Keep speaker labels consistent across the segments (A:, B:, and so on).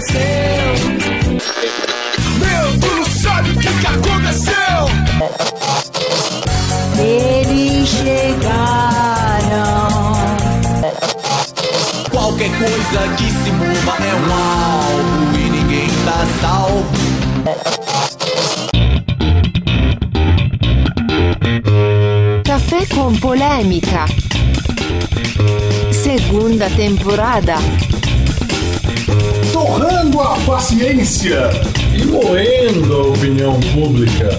A: aconteceu. Meu, tu não sabe o que, que aconteceu.
B: Eles chegaram.
C: Qualquer coisa que se mova é um alvo e ninguém tá salvo.
D: Café com polêmica. Segunda temporada
E: torrando a paciência e moendo a opinião pública.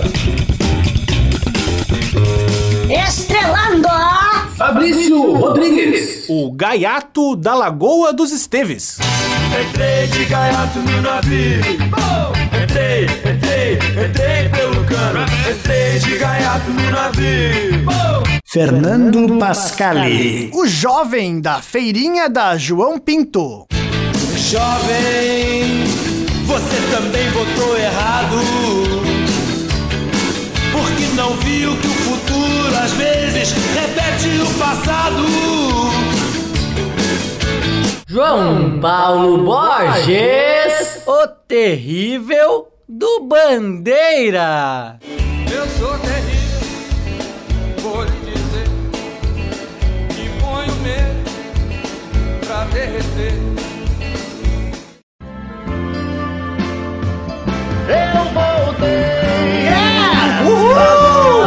F: Estrelando a
G: Fabrício Rodrigues,
H: o gaiato da Lagoa dos Esteves.
I: Entrei de gaiato no navio. Entrei, entrei, entrei pelo cano. Entrei de gaiato no navio.
J: Fernando Pascali,
K: o jovem da feirinha da João Pinto.
L: Jovem, você também votou errado. Porque não viu que o futuro às vezes repete o passado.
M: João Paulo Borges, o terrível do Bandeira.
N: Eu sou terrível, vou lhe dizer. E ponho medo pra derreter.
O: Eu voltei! Yeah!
M: Uhul!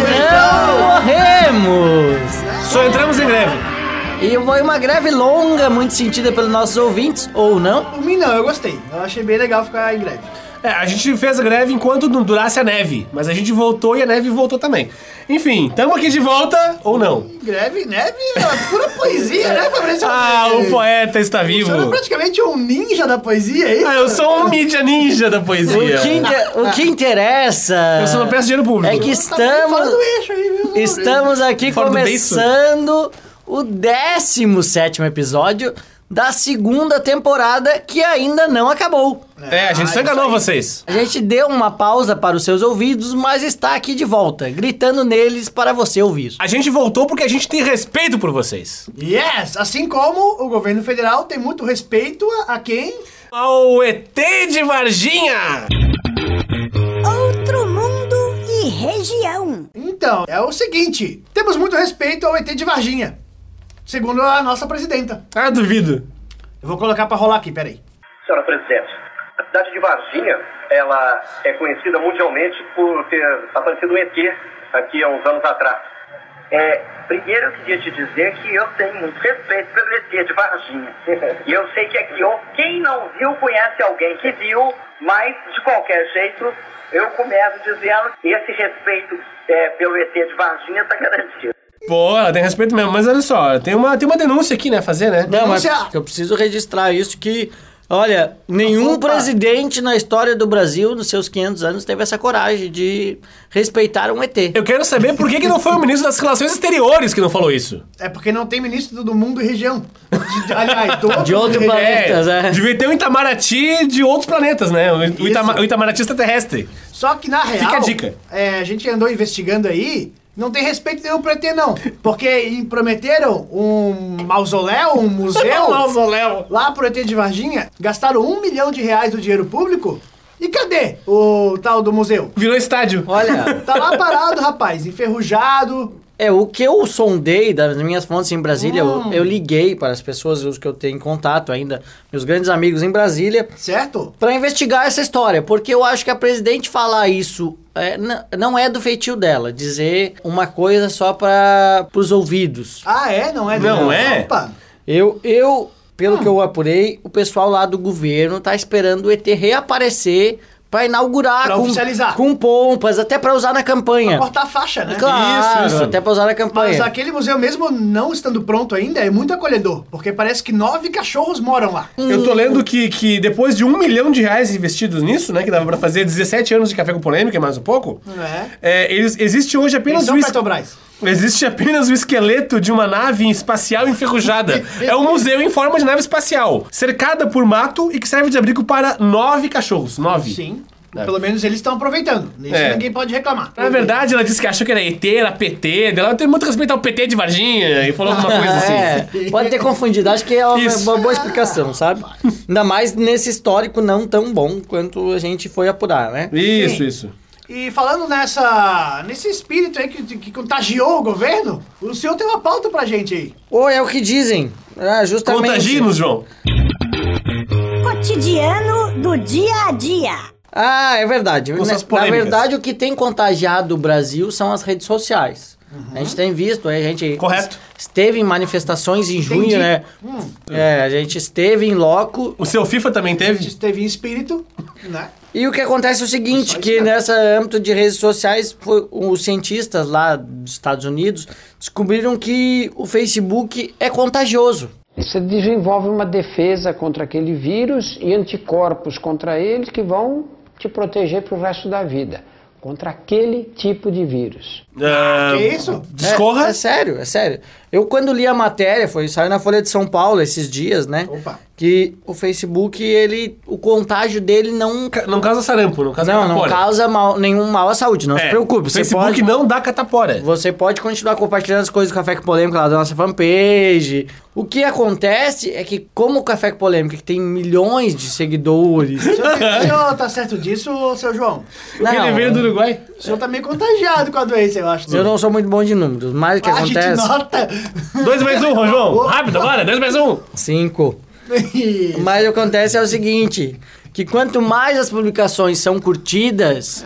M: Nós não morremos!
H: Só entramos em greve.
M: E foi uma greve longa, muito sentida pelos nossos ouvintes, ou não?
K: Por mim não, eu gostei. Eu achei bem legal ficar em greve.
H: É, a gente fez a greve enquanto não durasse a neve, mas a gente voltou e a neve voltou também. Enfim, estamos aqui de volta ou não?
K: Greve, neve, é pura poesia, né, Fabrício?
H: Ah, o poeta está vivo. Você é
K: praticamente um ninja da poesia, é isso?
H: Ah, eu sou um mídia ninja da poesia.
M: O que, inter... o que interessa.
H: Ah. um, Eu sou uma peça de dinheiro público.
M: É que
K: Tá
M: estamos.
H: né?
M: Aí, estamos aqui fora começando o 17 episódio da segunda temporada que ainda não acabou.
H: É, a gente ah, só enganou vocês.
M: A gente deu uma pausa para os seus ouvidos, mas está aqui de volta, gritando neles para você ouvir.
H: A gente voltou porque a gente tem respeito por vocês.
K: Yes! Assim como o governo federal tem muito respeito a, a quem?
H: Ao ET de Varginha!
F: Outro mundo e região.
K: Então, é o seguinte: temos muito respeito ao ET de Varginha segundo a nossa presidenta.
H: Ah, duvido.
K: Eu vou colocar para rolar aqui, peraí.
P: Senhora presidente, a cidade de Varginha, ela é conhecida mundialmente por ter aparecido um ET aqui há uns anos atrás. É, primeiro eu queria te dizer que eu tenho muito respeito pelo ET de Varginha. e eu sei que aqui, ó, quem não viu conhece alguém que viu, mas de qualquer jeito eu começo dizendo que esse respeito é, pelo ET de Varginha está garantido.
H: Pô, ela tem respeito mesmo, mas olha só, tem uma, tem uma denúncia aqui, né, fazer, né?
M: Não, mas eu preciso registrar isso que, olha, nenhum Opa. presidente na história do Brasil, nos seus 500 anos, teve essa coragem de respeitar um ET.
H: Eu quero saber por que, que não foi o ministro das Relações Exteriores que não falou isso.
K: É porque não tem ministro do mundo e região. De, aliás, do
M: de outros planetas, é. é.
H: Devia ter um Itamaraty de outros planetas, né? O, Itama, o Itamaraty extraterrestre.
K: Só que, na real...
H: Fica a dica.
K: É, a gente andou investigando aí... Não tem respeito nenhum pra ET, não. Porque prometeram um mausoléu, um
M: Tá
K: museu.
H: um mausoléu.
K: Lá pro ET de Varginha. Gastaram um milhão de reais do dinheiro público. E cadê o tal do museu?
H: Virou estádio.
M: Olha.
K: tá lá parado, rapaz. Enferrujado.
M: É, o que eu sondei das minhas fontes em Brasília, hum. eu, eu, liguei para as pessoas os que eu tenho em contato ainda, meus grandes amigos em Brasília.
K: Certo?
M: Para investigar essa história, porque eu acho que a presidente falar isso é, não é do feitio dela, dizer uma coisa só para os ouvidos.
K: Ah, é? Não é?
H: Não, não é? Opa.
M: Eu, eu pelo hum. que eu apurei, o pessoal lá do governo tá esperando o ET reaparecer para inaugurar
K: pra oficializar.
M: com, com pompas, até para usar na
H: É.
M: campanha.
K: Pra cortar a faixa, né?
M: Claro, isso, isso. até para usar na campanha.
K: Mas aquele museu mesmo não estando pronto ainda é muito acolhedor, porque parece que nove cachorros moram lá.
H: Hum. Eu tô lendo que, que depois de um milhão de reais investidos nisso, né, que dava para fazer 17 anos de café com polêmica e mais um pouco, é. é eles, existe hoje apenas
M: Então
K: o... Petrobras.
H: Existe apenas o esqueleto de uma nave espacial enferrujada. é um museu em forma de nave espacial, cercada por mato e que serve de abrigo para nove cachorros. Nove.
K: Sim. Pelo menos eles estão aproveitando. Isso
H: É.
K: ninguém pode reclamar.
H: Na verdade, ela disse que achou que era ET, era PT. daí Ela tem muito respeito ao PT de Varginha e falou alguma coisa assim.
M: É, pode ter confundido, acho que é uma, uma boa explicação, sabe? Ainda mais nesse histórico não tão bom quanto a gente foi apurar, né?
H: Isso, isso.
K: E falando nessa, nesse espírito aí que, que contagiou o governo, o senhor tem uma pauta pra gente aí.
M: Ou é o que dizem. É, justamente.
H: Contaginos, João.
F: Cotidiano do dia a dia.
M: Ah, é verdade.
F: Com
M: Na-
F: suas
M: Na
F: polêmicas.
M: verdade, o que tem contagiado o Brasil são as redes sociais. A gente tem visto, a gente Correto. esteve em manifestações em junho,
K: Entendi.
M: né?
K: Hum.
M: É, a gente esteve em loco.
H: O seu FIFA também
K: A gente esteve em espírito, né?
M: E o que acontece é o seguinte, que nessa âmbito de redes sociais, foi- os cientistas lá dos Estados Unidos descobriram que o Facebook é contagioso.
B: Você desenvolve uma defesa contra aquele vírus e anticorpos contra ele que vão te proteger para o resto da vida contra aquele tipo de vírus.
H: Tá Ah,
M: É, Discorra? É, sério, é sério. Eu quando li a matéria, foi saiu na Folha de São Paulo esses dias, né?
K: Opa.
M: Que o Facebook, ele. O contágio dele não.
H: Não causa sarampo, não causa
M: é- Não,
H: catapora.
M: não causa mal, nenhum mal à saúde, não
H: É,
M: se preocupe. Você
H: Facebook
M: pode,
H: não dá catapora.
M: Você pode continuar compartilhando as coisas do Café com Polêmica lá da nossa fanpage. O que acontece é que, como o Café com Polêmica, que tem milhões de seguidores.
K: O senhor, o senhor tá certo disso, seu João?
M: Não. Ele veio do
H: Uruguai?
K: O senhor tá meio contagiado com a doença, eu acho.
M: Eu não sou muito bom de números, mas o que
K: Ah, a gente
M: acontece.
K: nota.
H: Dois mais um, João.
M: Opa.
H: Rápido agora, dois mais um.
M: Cinco. Mas o que acontece é o seguinte: que quanto mais as publicações são curtidas,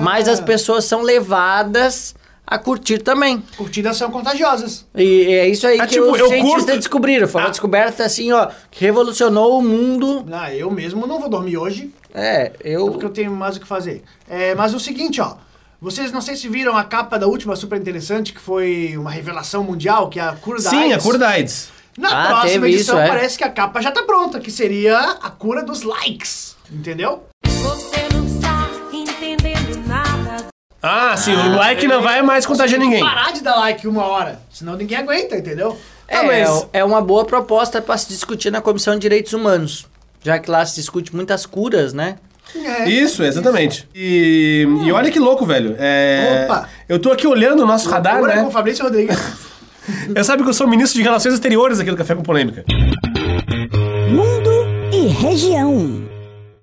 M: mais as pessoas são levadas a curtir também.
K: Curtidas são contagiosas.
M: E é isso aí
K: Ah,
M: que
K: tipo,
M: os
K: eu
M: cientistas
K: curto-
M: descobriram. Foi uma descoberta assim, ó, que revolucionou o mundo.
K: Ah, eu mesmo não vou dormir hoje.
M: É, eu.
K: Porque eu tenho mais o que fazer. É, mas o seguinte, ó. Vocês não sei se viram a capa da última super interessante, que foi uma revelação mundial, que é a cura da
H: Sim,
K: AIDS.
H: a cura da AIDS.
K: Na
H: Ah,
K: próxima
H: teve
K: edição
H: isso, é.
K: parece que a capa já tá pronta, que seria a cura dos likes. Entendeu?
Q: Você não tá entendendo nada.
H: Ah, sim, o like não vai mais contagiar
K: Tem que
H: ninguém.
K: Parar de dar like uma hora, senão ninguém aguenta, entendeu?
M: É, é uma boa proposta para se discutir na Comissão de Direitos Humanos. Já que lá se discute muitas curas, né?
K: É.
H: Isso, exatamente. E, e olha que louco, velho. É,
K: Opa.
H: Eu tô aqui olhando o nosso radar,
K: Cura
M: é
H: né?
K: é com o Fabrício Rodrigues.
H: Eu sabe que eu sou ministro de Relações Exteriores aqui do Café com Polêmica.
F: Mundo e região.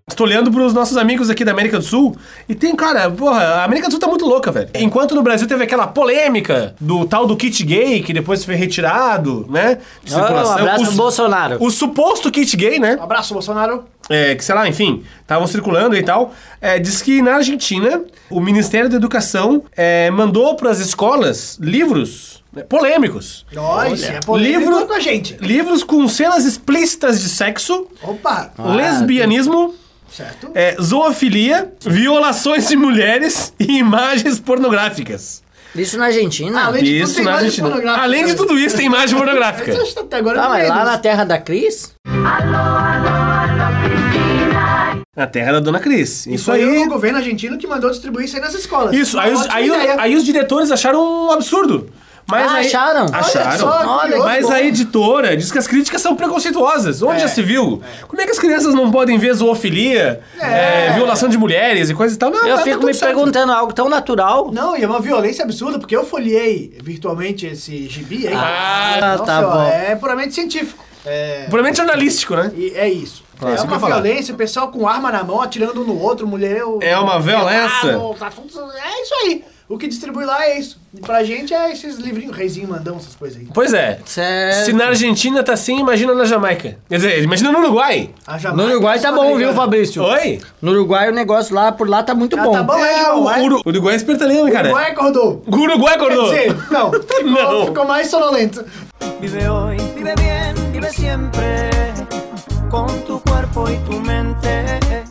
H: Estou olhando pros nossos amigos aqui da América do Sul e tem, cara, porra, a América do Sul tá muito louca, velho. Enquanto no Brasil teve aquela polêmica do tal do kit gay, que depois foi retirado, né? De
M: Ah, um abraço pro Bolsonaro.
H: O suposto kit gay, né? Um
K: abraço, Bolsonaro.
H: É, que sei lá, enfim, estavam circulando e tal. É, diz que na Argentina, o Ministério da Educação é, mandou pras escolas livros né, polêmicos.
K: Nós, é polêmico
H: Livro-
K: com a gente.
H: Livros com cenas explícitas de sexo,
K: Opa!
H: Ah. lesbianismo,
K: Certo.
H: é, zoofilia, violações de mulheres e imagens pornográficas.
M: Isso na Argentina?
K: Além de tudo,
H: isso
K: tem
H: na
K: imagem
H: Argentina.
K: pornográfica.
H: Além de tudo isso, tem imagem pornográfica.
K: Isso até agora
M: Tá,
K: não
M: mas
K: é,
M: lá
K: né?
M: na terra da Cris?
H: Na terra da Dona Cris. Isso
K: Foi
H: aí.
K: o governo argentino que mandou distribuir isso aí nas escolas.
H: Isso, aí os,
K: Ótima
H: aí,
K: ideia.
H: aí os diretores acharam um absurdo. Mas
K: Ah,
H: aí-
K: acharam? Olha
H: Acharam.
K: só, Olha, curioso.
H: mas
K: bom.
H: a editora diz que as críticas são preconceituosas. Onde
K: É.
H: já se viu? Como é que as crianças não podem ver zoofilia,
K: É.
H: é, violação de mulheres e coisa e tal? Não,
M: Eu
H: tá- tá
M: fico
H: tudo
M: me
H: certo.
M: perguntando algo tão natural.
K: Não, e é uma violência absurda, porque eu folhei virtualmente esse gibi aí.
M: Ah,
K: Nossa,
M: tá
K: ó,
M: bom.
K: É puramente científico. É,
H: Puramente jornalístico, né?
K: e é isso.
H: Ah,
K: é
H: isso que eu
K: uma
H: ia falar.
K: violência, o pessoal com arma na mão, atirando um no outro, mulher... eu-
H: É uma violência.
K: Pelado, tá tudo- É isso aí. O que distribui lá é isso. E pra gente é esses livrinhos, reizinho, mandão, essas coisas aí.
H: Pois é.
M: Certo.
H: Se na Argentina tá assim, imagina na Jamaica. Quer dizer, imagina no Uruguai.
K: A
M: No Uruguai tá bom,
K: né?
M: viu, Fabrício?
H: Oi?
M: No Uruguai o negócio lá por lá tá muito bom.
K: tá bom, é, João, é?
H: O Uruguai é espertalhão, hein,
K: O
H: cara.
K: Uruguai acordou.
H: O Uruguai acordou.
K: Quer dizer, não. Ficou,
H: Não.
K: ficou mais sonolento.
R: Vive hoy, vive bien, vive siempre. Con tu cuerpo y tu mente.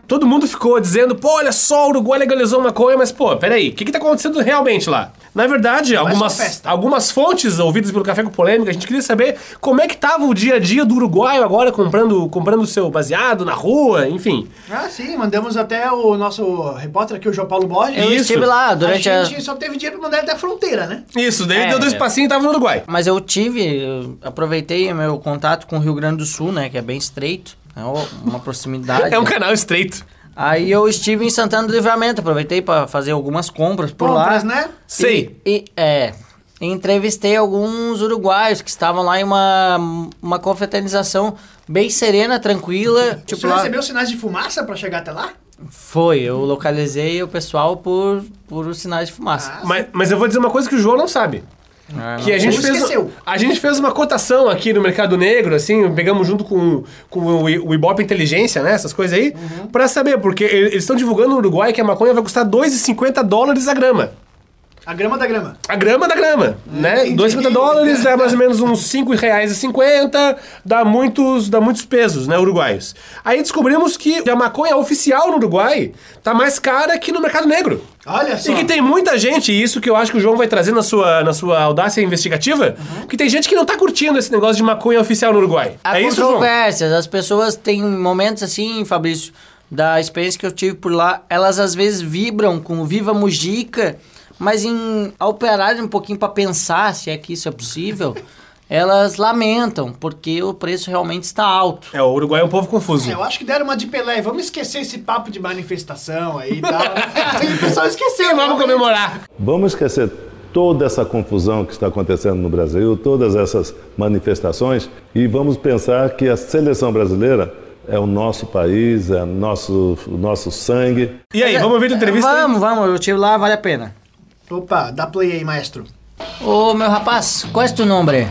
H: Todo mundo ficou dizendo, pô, olha só, o Uruguai legalizou maconha, mas pô, peraí, o que, que tá acontecendo realmente lá? Na verdade,
K: uma
H: algumas,
K: festa.
H: algumas fontes ouvidas pelo Café com Polêmica, a gente queria saber como é que tava o dia a dia do uruguaio agora comprando comprando seu baseado na rua, enfim.
K: Ah, sim, mandamos até o nosso repórter aqui, o João Paulo Borges.
M: Eu É Isso. estive lá Ah, durante
K: a.
M: a-
K: gente só teve dinheiro pra mandar ele até a fronteira, né?
H: Isso, daí
M: É.
H: deu dois passinhos e tava no Uruguai.
M: Mas eu tive, eu aproveitei meu contato com o Rio Grande do Sul, né? Que é bem estreito. É uma proximidade.
H: É um canal estreito.
M: Aí eu estive em Santana do Livramento, aproveitei para fazer algumas compras por
K: Compras,
M: lá.
K: né?
M: E-
H: Sei.
M: E, é. Entrevistei alguns uruguaios que estavam lá em uma, uma confraternização bem serena, tranquila. Tipo,
K: Você
M: lá-
K: recebeu sinais de fumaça pra chegar até lá?
M: Foi, eu localizei o pessoal por, por os sinais de fumaça. É.
H: Mas, mas eu vou dizer uma coisa que o João não sabe.
M: não
H: que a gente,
M: sei.
H: fez,
M: Esqueceu.
H: a gente fez uma cotação aqui no mercado negro, assim, pegamos junto com, com o, I- o Ibope Inteligência, né? Essas coisas aí, pra saber, porque e- eles estão divulgando no Uruguai que a maconha vai custar 2,50 dólares a grama.
K: A grama da grama.
H: A grama da grama, né? 2,50 dólares dá mais ou menos uns 5 reais e 50, dá muitos, dá muitos pesos, né, uruguaios. Aí descobrimos que a maconha oficial no Uruguai tá mais cara que no mercado negro.
K: Olha só.
H: E que tem muita gente, e isso que eu acho que o João vai trazer na sua, na sua audácia investigativa, que tem gente que não tá curtindo esse negócio de maconha oficial no Uruguai.
M: Há
H: é isso, João?
M: controvérsias, as pessoas têm momentos assim, Fabrício, da experiência que eu tive por lá, elas às vezes vibram com o Viva Mujica, mas em ao pararem um pouquinho pra pensar se é que isso é possível, elas lamentam, porque o preço realmente está alto.
H: É, o Uruguai é um povo confuso.
K: Eu acho que deram uma de Pelé. Vamos esquecer esse papo de manifestação aí e tal. Aí o pessoal esqueceu. Vamos
H: comemorar.
S: Vamos esquecer toda essa confusão que está acontecendo no Brasil, todas essas manifestações, e vamos pensar que a seleção brasileira é o nosso país, é nosso, o nosso sangue.
H: E aí, vamos ouvir a entrevista?
M: é- Vamos, vamos, eu tive lá, vale a pena.
K: Opa, dá play aí, maestro.
M: Ô, meu rapaz, qual é o teu nome?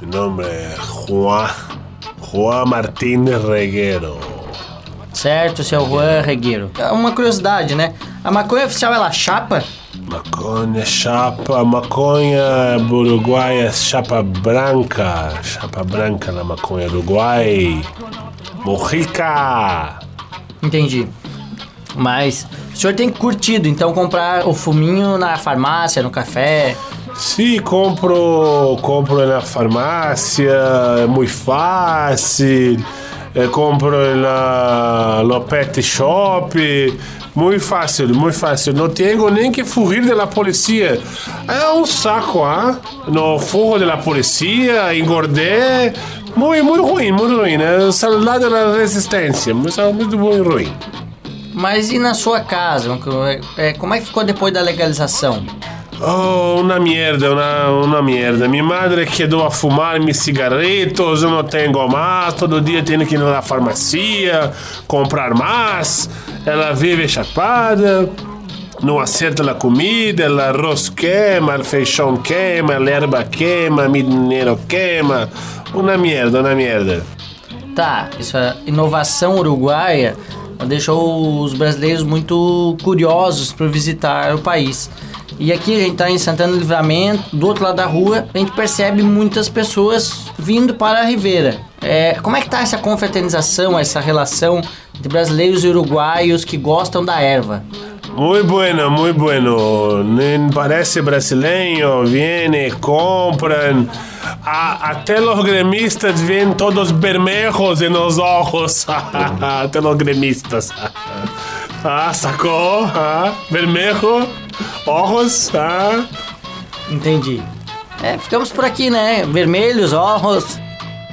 T: Mi nombre es é Juan, Juan Martínez Reguero.
M: Certo, seu Juan Regueiro. É Uma curiosidade, né? A maconha oficial, ela chapa?
T: Maconha, chapa, maconha uruguaia, chapa branca, chapa branca na maconha uruguai. Mojica!
M: Entendi. Mas o senhor tem curtido, então, comprar o fuminho na farmácia, no café.
T: Sim, compro, compro na farmácia, é muito fácil. Eh, compro na no pet shop, muito fácil, muito fácil. Não tenho nem que fugir da polícia. É um saco, ah? Não fugo da polícia, engordei. Muito, muito ruim, muito ruim. É saudade da resistência, mas é muito, muito ruim.
M: Mas e na sua casa? É, Como é que ficou depois da legalização?
T: Oh, una merda, una, una merda. Minha madre que deu a fumar meus cigarretos, eu não tenho mais, todo dia tenho que ir na farmácia, comprar mais. Ela vive chapada, não acerta a comida, ela arroz queima, o feijão queima, a erva queima, o dinheiro queima. Uma merda, uma merda.
M: Tá, essa inovação uruguaia deixou os brasileiros muito curiosos para visitar o país. E aqui a gente tá em Santana do Livramento, do outro lado da rua, a gente percebe muitas pessoas vindo para a Ribeira. É, como é que tá essa confraternização, essa relação de brasileiros e uruguaios que gostam da erva?
T: Muy bueno, muy bueno. Nem Parece brasileiro, viene, compram. A- até os gremistas vêm todos vermelhos nos olhos. até os gremistas. Ah, sacou? Ah, vermelho, olhos. Ah.
M: Entendi. É, ficamos por aqui, né? Vermelhos, olhos.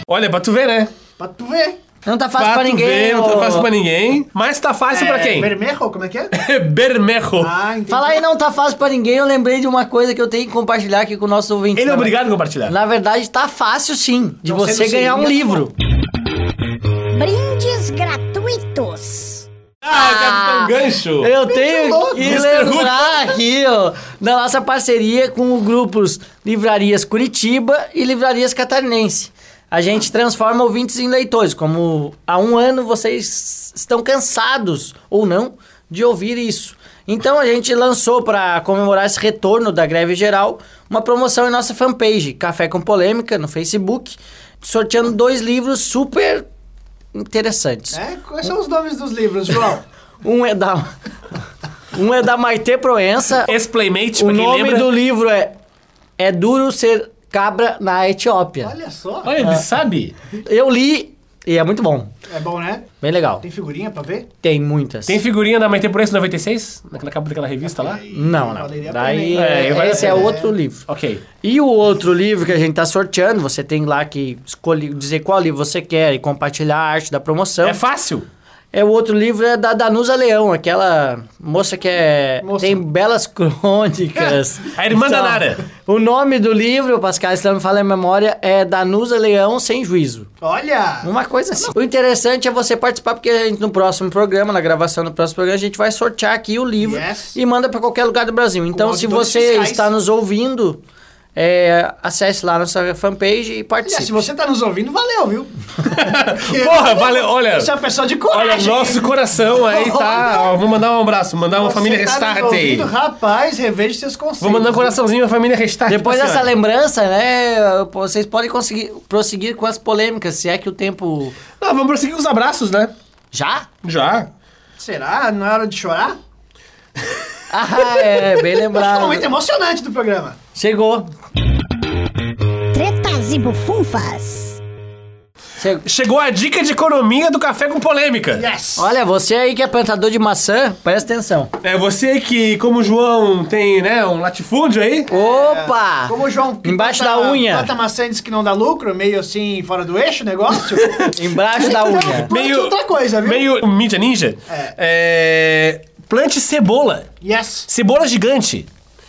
H: Olha, pra tu ver, né?
K: Pra tu ver.
M: Não tá fácil pra,
H: tu
M: ninguém.
H: ver, não tá
M: ô-
H: fácil pra ninguém, mas tá fácil pra quem?
K: Vermelho, como é que é? Ah,
H: Bermejo.
M: Falar aí não tá fácil pra ninguém, eu lembrei de uma coisa que eu tenho que compartilhar aqui com o nosso ouvinte.
H: Ele é obrigado a compartilhar.
M: Na verdade, tá fácil sim, de
F: Não
M: você
F: sendo
M: ganhar um
F: seria,
M: livro.
F: Brindes gratuitos.
H: Ah, um gancho.
M: Eu tenho que
H: Mr.
M: lembrar aqui, ó, da nossa parceria com o grupos Livrarias Curitiba e Livrarias Catarinense. A gente transforma ouvintes em leitores, como há um ano vocês estão cansados, ou não, de ouvir isso. Então a gente lançou, para comemorar esse retorno da greve geral, uma promoção em nossa fanpage, Café com Polêmica, no Facebook, sorteando dois livros super interessantes.
K: É, quais são os nomes dos livros, João?
M: Um é da. Um é da Maite Proença.
H: Ex-playmate,
M: O
H: pra É, tipo, quem
M: nome
H: lembra.
M: do livro é É Duro Ser Cabra na Etiópia.
K: Olha só.
H: Olha,
M: Ah.
H: ele sabe.
M: Eu li e é muito bom.
K: É bom, né?
M: Bem legal.
K: Tem figurinha pra ver?
M: Tem muitas.
H: Tem figurinha da Maite Proença 96? Naquela capa daquela revista lá?
M: Não, não. Daí,
H: É, vai-
M: esse é outro livro.
H: Ok.
M: E o outro livro que a gente tá sorteando, você tem lá que escolher, dizer qual livro você quer e compartilhar a arte da promoção. É
H: fácil?
M: É, o outro livro é da Danusa Leão, aquela moça que é, moça. tem belas crônicas.
H: a irmã então, da Nara.
M: O nome do livro, Pascal, se não me fala a memória, é Danusa Leão Sem Juízo.
K: Olha!
M: Uma coisa assim. O interessante é você participar, porque a gente, no próximo programa, na gravação do próximo programa, a gente vai sortear aqui o livro yes. e manda para qualquer lugar do Brasil. Então, se você fiscais. está nos ouvindo... É, acesse lá nossa fanpage e participe. Olha,
K: se você tá nos ouvindo, valeu, viu?
H: Porra, valeu, olha.
K: Você é uma pessoa de coragem.
H: Olha, nosso coração aí tá. Ó, vou mandar um abraço, mandar uma você família tá restart nos ouvindo, aí.
K: Rapaz, reveja seus conceitos.
H: Vou mandar um coraçãozinho a família restart. Tá
M: Depois dessa lembrança, né? Vocês podem conseguir prosseguir com as polêmicas, se é que o tempo.
H: Não, vamos prosseguir com os abraços, né?
M: Já?
H: Já.
K: Será? Não é hora de chorar?
M: ah, é, bem lembrado. É um
K: momento emocionante do programa.
M: Chegou.
F: Tretas e bufunfas.
H: Chegou a dica de economia do café com polêmica.
K: Yes.
M: Olha, você aí que é plantador de maçã, presta atenção.
H: É, você que, como o João, tem, né, um latifúndio aí.
M: Opa!
K: É, como o João.
M: Embaixo planta, da unha.
K: Planta maçã e diz que não dá lucro, meio assim, fora do eixo o negócio.
M: Embaixo da unha.
K: meio outra coisa, viu?
H: Meio mídia ninja. É. é plante cebola.
K: Yes.
H: Cebola gigante.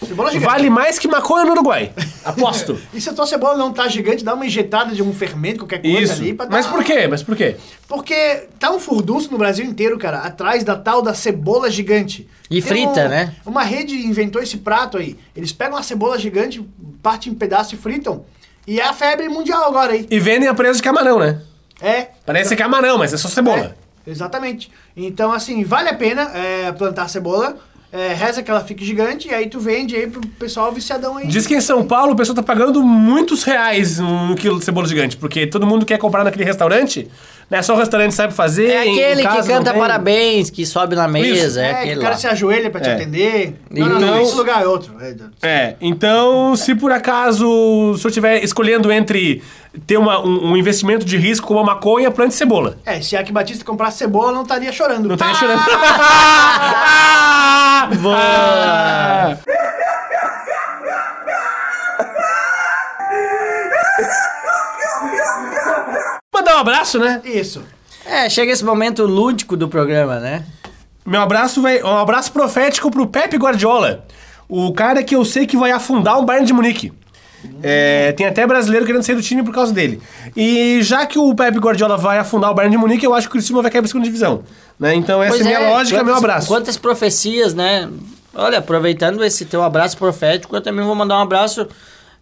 K: Cebola gigante.
H: Vale mais que maconha no Uruguai. Aposto.
K: e se a tua cebola não tá gigante, dá uma injetada de um fermento, qualquer coisa
H: Isso.
K: ali. Pra
H: Mas
K: dar...
H: por quê? Mas por quê?
K: Porque tá um furdunço no Brasil inteiro, cara, atrás da tal da cebola gigante.
M: E Tem frita,
K: um,
M: né?
K: Uma rede inventou esse prato aí. Eles pegam a cebola gigante, partem em pedaço e fritam. E é a febre mundial agora aí.
H: E vendem a preço de camarão, né?
K: É.
H: Parece então... camarão, mas é só cebola.
K: É. Exatamente. Então, assim, vale a pena é, plantar cebola. É, reza que ela fique gigante e aí tu vende aí pro pessoal viciadão
M: É.
K: aí.
H: Diz que em São Paulo o pessoal tá pagando muitos reais um quilo de cebola gigante, porque todo mundo quer comprar naquele restaurante, né? Só o restaurante sabe fazer.
M: É aquele
H: casa,
M: que canta parabéns, que sobe na mesa. É, é, aquele
K: que o cara
M: lá.
K: se ajoelha pra te atender. Não, então, não, não, esse lugar é outro.
H: É, então se por acaso o senhor estiver escolhendo entre ter uma, um, um, investimento de risco como a maconha, plante cebola.
K: É, se a que Batista comprar cebola, não estaria chorando. Ah,
H: Não estaria chorando.
M: Boa! Ah.
H: Mandar um abraço, né?
K: Isso.
M: É, chega esse momento lúdico do programa, né?
H: Meu abraço vai. Um abraço profético pro Pepe Guardiola. O cara que eu sei que vai afundar um Bayern de Munique. É, tem até brasileiro querendo sair do time por causa dele. E já que o Pepe Guardiola vai afundar o Bayern de Munique, eu acho que o Criciúma vai cair pra segunda divisão. Né? Então essa
M: Pois
H: é a minha
M: é,
H: lógica,
M: quantas-
H: meu abraço.
M: Quantas profecias, né? Olha, aproveitando esse teu abraço profético, eu também vou mandar um abraço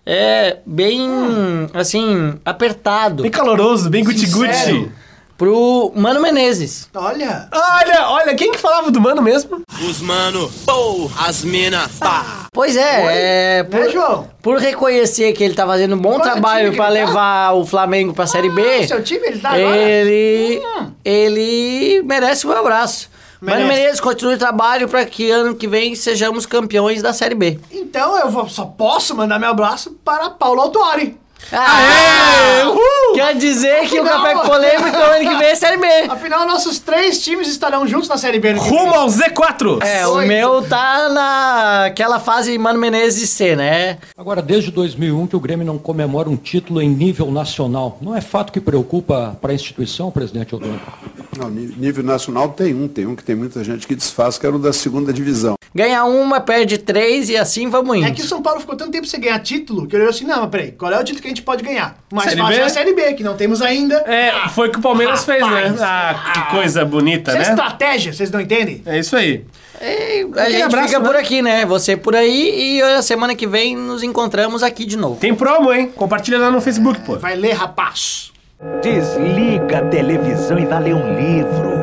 M: é, bem,
K: Hum.
M: assim, apertado.
H: Bem caloroso, bem guti-guti.
M: Sincero. Pro Mano Menezes.
K: Olha!
H: Olha, olha, quem que falava do Mano mesmo?
C: Os mano, pô, as mina, pá.
M: Pois é, é por,
K: Né, João?
M: por reconhecer que ele tá fazendo um bom
K: Qual é o time
M: trabalho
K: que
M: pra
K: ele tá?
M: levar o Flamengo pra Série
K: Ah,
M: B.
K: seu time, ele tá agora?
M: Ele,
K: Hum.
M: ele merece o meu abraço. Mano
K: Merece.
M: Menezes, continue o trabalho pra que ano que vem sejamos campeões da Série B.
K: Então eu vou- só posso mandar meu abraço para Paulo Autori.
M: Ah, Quer dizer que o
K: Afinal-
M: Café com Polêmica o ano que vem é Série B.
K: Afinal, nossos três times estarão juntos na Série B. no que vem.
H: Rumo ao Z4!
M: É, o
K: Oito.
M: meu tá naquela fase Mano Menezes C, né?
U: Agora, desde 2001 que o Grêmio não comemora um título em nível nacional. Não é fato que preocupa para a instituição, presidente Odônio?
V: Não, ni- nível nacional tem um, tem um que tem muita gente que desfaz, que era o da segunda divisão.
M: Ganha uma, perde três e assim vamos indo.
K: É que o São Paulo ficou tanto tempo sem ganhar título que ele olhou assim: não, mas peraí, qual é o título que a gente pode ganhar? Mas
H: Série
K: fácil
H: B?
K: é a Série B, que não temos ainda.
H: É, foi o que o Palmeiras fez, né? Ah, que coisa bonita,
K: Isso é
H: né?
K: estratégia, vocês não entendem?
H: É isso aí.
M: A gente
H: abraço,
M: fica
H: né?
M: por aqui, né? Você por aí e a semana que vem nos encontramos aqui de novo.
H: Tem promo, hein? Compartilha lá no Facebook, pô.
K: Vai ler, rapaz.
W: Desliga a televisão e vai ler um livro.